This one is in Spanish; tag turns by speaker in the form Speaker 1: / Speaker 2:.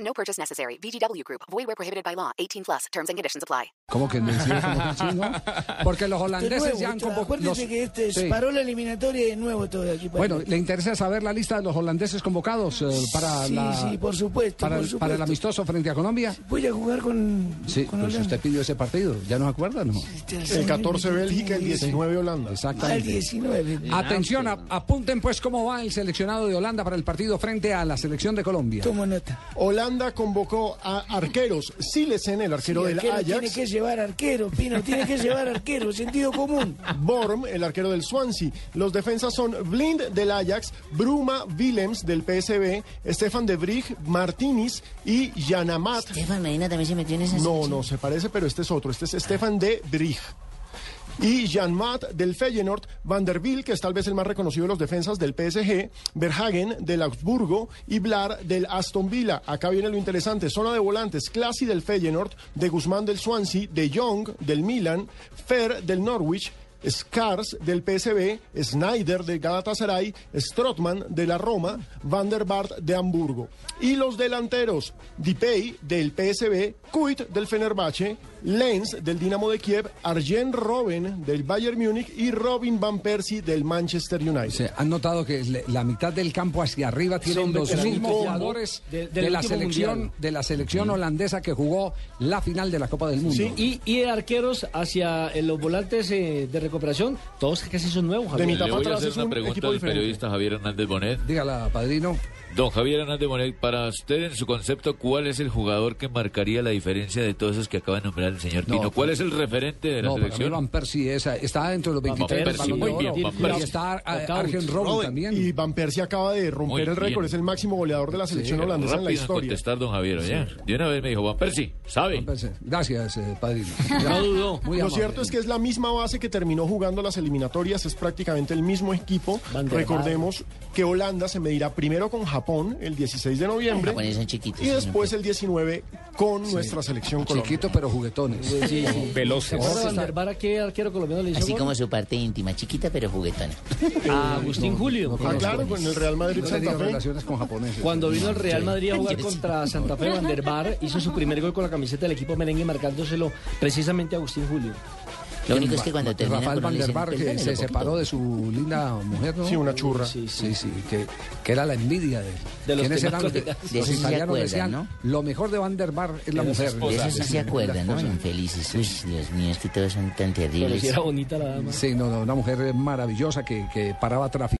Speaker 1: No purchase necessary. VGW Group. Void where prohibited by law. 18 plus. Terms and conditions apply.
Speaker 2: ¿Cómo que el vencido es como que chingua? Porque los
Speaker 3: De
Speaker 2: holandeses
Speaker 3: nuevo,
Speaker 2: ya han
Speaker 3: otra.
Speaker 2: convocado...
Speaker 3: Acuérdense que este
Speaker 2: Sí.
Speaker 3: paró la eliminatoria y de nuevo todo aquí. para-
Speaker 2: Bueno, ¿le interesa saber la lista de los holandeses convocados eh, para,
Speaker 3: sí,
Speaker 2: la-
Speaker 3: sí, por supuesto,
Speaker 2: para,
Speaker 3: por
Speaker 2: el- para el
Speaker 3: supuesto.
Speaker 2: amistoso frente a Colombia?
Speaker 3: Voy a jugar con.
Speaker 2: Sí,
Speaker 3: con
Speaker 2: pues
Speaker 3: Holanda.
Speaker 2: usted pidió ese partido, ¿ya nos acuerdan? no?
Speaker 4: El 14 Bélgica, el 19 Holanda.
Speaker 3: Ah, el
Speaker 2: Exactamente.
Speaker 3: 19.
Speaker 2: Atención, ap- apunten pues cómo va el seleccionado de Holanda para el partido frente a la selección de Colombia.
Speaker 3: Tomo nota.
Speaker 4: Holanda convocó a arqueros. Silesen, el arquero del
Speaker 3: Arquero tiene
Speaker 4: Ajax.
Speaker 3: que llevar arquero, Pino, tiene que llevar arquero, sentido común.
Speaker 4: Borm, el arquero del Swansea. Los defensas son Blind del Ajax, Bruma Willems del PSB, Stefan de Vrij, Martínez y Yanamat.
Speaker 5: Estefan Medina también se metió en esas.
Speaker 4: No, no, se parece, pero este es otro. Este es Stefan de Vrij. Y Jan Maat del Feyenoord, Van der Wiel, que es tal vez el más reconocido de los defensas del PSG, Verhagen del Augsburgo y Blar del Aston Villa. Acá viene lo interesante, zona de volantes, Clasi del Feyenoord, de Guzmán del Swansea, de Jong del Milan, Fer del Norwich, Skars del PSB, Snyder del Galatasaray, Strotman de la Roma, Van der Vaart de Hamburgo. Y los delanteros, Dipey del PSB, Kuit del Fenerbahce, Lenz del Dinamo de Kiev, Arjen Robben del Bayern Múnich y Robin Van Persie del Manchester United.
Speaker 2: Se han notado que le- la mitad del campo hacia arriba tienen
Speaker 6: Siempre
Speaker 2: los
Speaker 6: que la
Speaker 2: mismos
Speaker 6: última-
Speaker 2: jugadores de,
Speaker 6: de- del
Speaker 2: la
Speaker 6: último
Speaker 2: selección
Speaker 6: mundial.
Speaker 2: de la selección holandesa que jugó la final de la Copa del Mundo.
Speaker 4: Sí.
Speaker 6: Y, y de arqueros hacia eh, los volantes eh, de recuperación, todos casi son nuevos,
Speaker 4: De
Speaker 6: Javier.
Speaker 4: mitad
Speaker 7: Le
Speaker 4: para
Speaker 7: voy a
Speaker 4: atrás
Speaker 7: hacer
Speaker 4: es
Speaker 7: una
Speaker 4: un
Speaker 7: pregunta
Speaker 4: equipo
Speaker 7: al
Speaker 4: diferente.
Speaker 7: periodista Javier Hernández Bonet.
Speaker 2: Dígala, padrino.
Speaker 7: Don Javier Hernández Bonet, para usted, en su concepto, ¿cuál es el jugador que marcaría la diferencia de todos esos que acaba de nombrar el señor
Speaker 2: No,
Speaker 7: Pino? ¿Cuál
Speaker 2: para-
Speaker 7: es el referente de la
Speaker 2: No, para mí
Speaker 7: selección?
Speaker 2: Van Persie esa- está dentro de los
Speaker 6: Van
Speaker 2: 23 del
Speaker 6: Persie,
Speaker 2: Balón de
Speaker 6: muy
Speaker 2: Oro.
Speaker 6: bien, Van
Speaker 2: Y
Speaker 6: Persie.
Speaker 2: está ah,
Speaker 6: Knockout.
Speaker 2: Arjen Robben
Speaker 4: Robben,
Speaker 2: también.
Speaker 4: y Van Persie acaba de
Speaker 7: Muy
Speaker 4: romper el récord,
Speaker 7: bien.
Speaker 4: es el máximo goleador de la selección holandesa en
Speaker 7: Rápido
Speaker 4: la
Speaker 7: en
Speaker 4: historia.
Speaker 7: contestar, don Javier, ¿oye? De una vez me dijo, Juan Percy, ¿sabe?
Speaker 2: Van Persie. Gracias, eh, padrino.
Speaker 6: No dudó.
Speaker 2: Muy
Speaker 4: Lo
Speaker 2: amable.
Speaker 4: cierto es que es la misma base que terminó jugando las eliminatorias, es prácticamente el mismo equipo.
Speaker 6: Van der Vaart.
Speaker 4: Recordemos que Holanda se medirá primero con Japón el 16 de noviembre
Speaker 5: Los japoneses son chiquitos,
Speaker 4: y
Speaker 5: sí, pues,
Speaker 4: después el 19 con nuestra selección Colombia. Ah,
Speaker 2: Chiquitos pero juguetones.
Speaker 6: Sí, sí.
Speaker 2: Veloces.
Speaker 6: Ahora Van der Vaart, ¿a qué arquero colombiano le hizo
Speaker 5: Así
Speaker 6: gol?
Speaker 5: como su parte íntima, chiquita pero juguetona.
Speaker 6: a Agustín Julio.
Speaker 4: Ah, claro, con el Real Madrid
Speaker 2: No
Speaker 4: Santa
Speaker 2: tenía
Speaker 4: Fe.
Speaker 2: relaciones con japoneses.
Speaker 6: Cuando vino el Real Madrid a jugar contra Santa Fe, Van der Vaart hizo su primer gol con la camiseta del equipo merengue, marcándoselo precisamente a Agustín Julio.
Speaker 5: Lo único es que cuando termina
Speaker 2: Rafael
Speaker 5: con
Speaker 2: Van der Bar, que se separó
Speaker 5: de...
Speaker 2: de su linda mujer, ¿no?
Speaker 4: Sí, una churra.
Speaker 6: Sí,
Speaker 2: Sí,
Speaker 6: sí.
Speaker 2: sí, que, que era la envidia de él.
Speaker 6: De los
Speaker 2: ¿Quiénes
Speaker 6: que no
Speaker 2: eran los, que-
Speaker 6: colgaban.
Speaker 2: los
Speaker 5: De eso sí se
Speaker 2: italianos
Speaker 5: acuerdan,
Speaker 2: decían,
Speaker 5: ¿no?
Speaker 2: lo mejor de Van der Bar es la mujer.
Speaker 5: De eso sí se acuerdan, ¿no? Infelices. Uy, Dios mío, es que todos son tan
Speaker 6: Pero si
Speaker 5: terribles.
Speaker 6: era bonita la dama.
Speaker 2: Sí, no, no, una mujer maravillosa que, que paraba tráfico.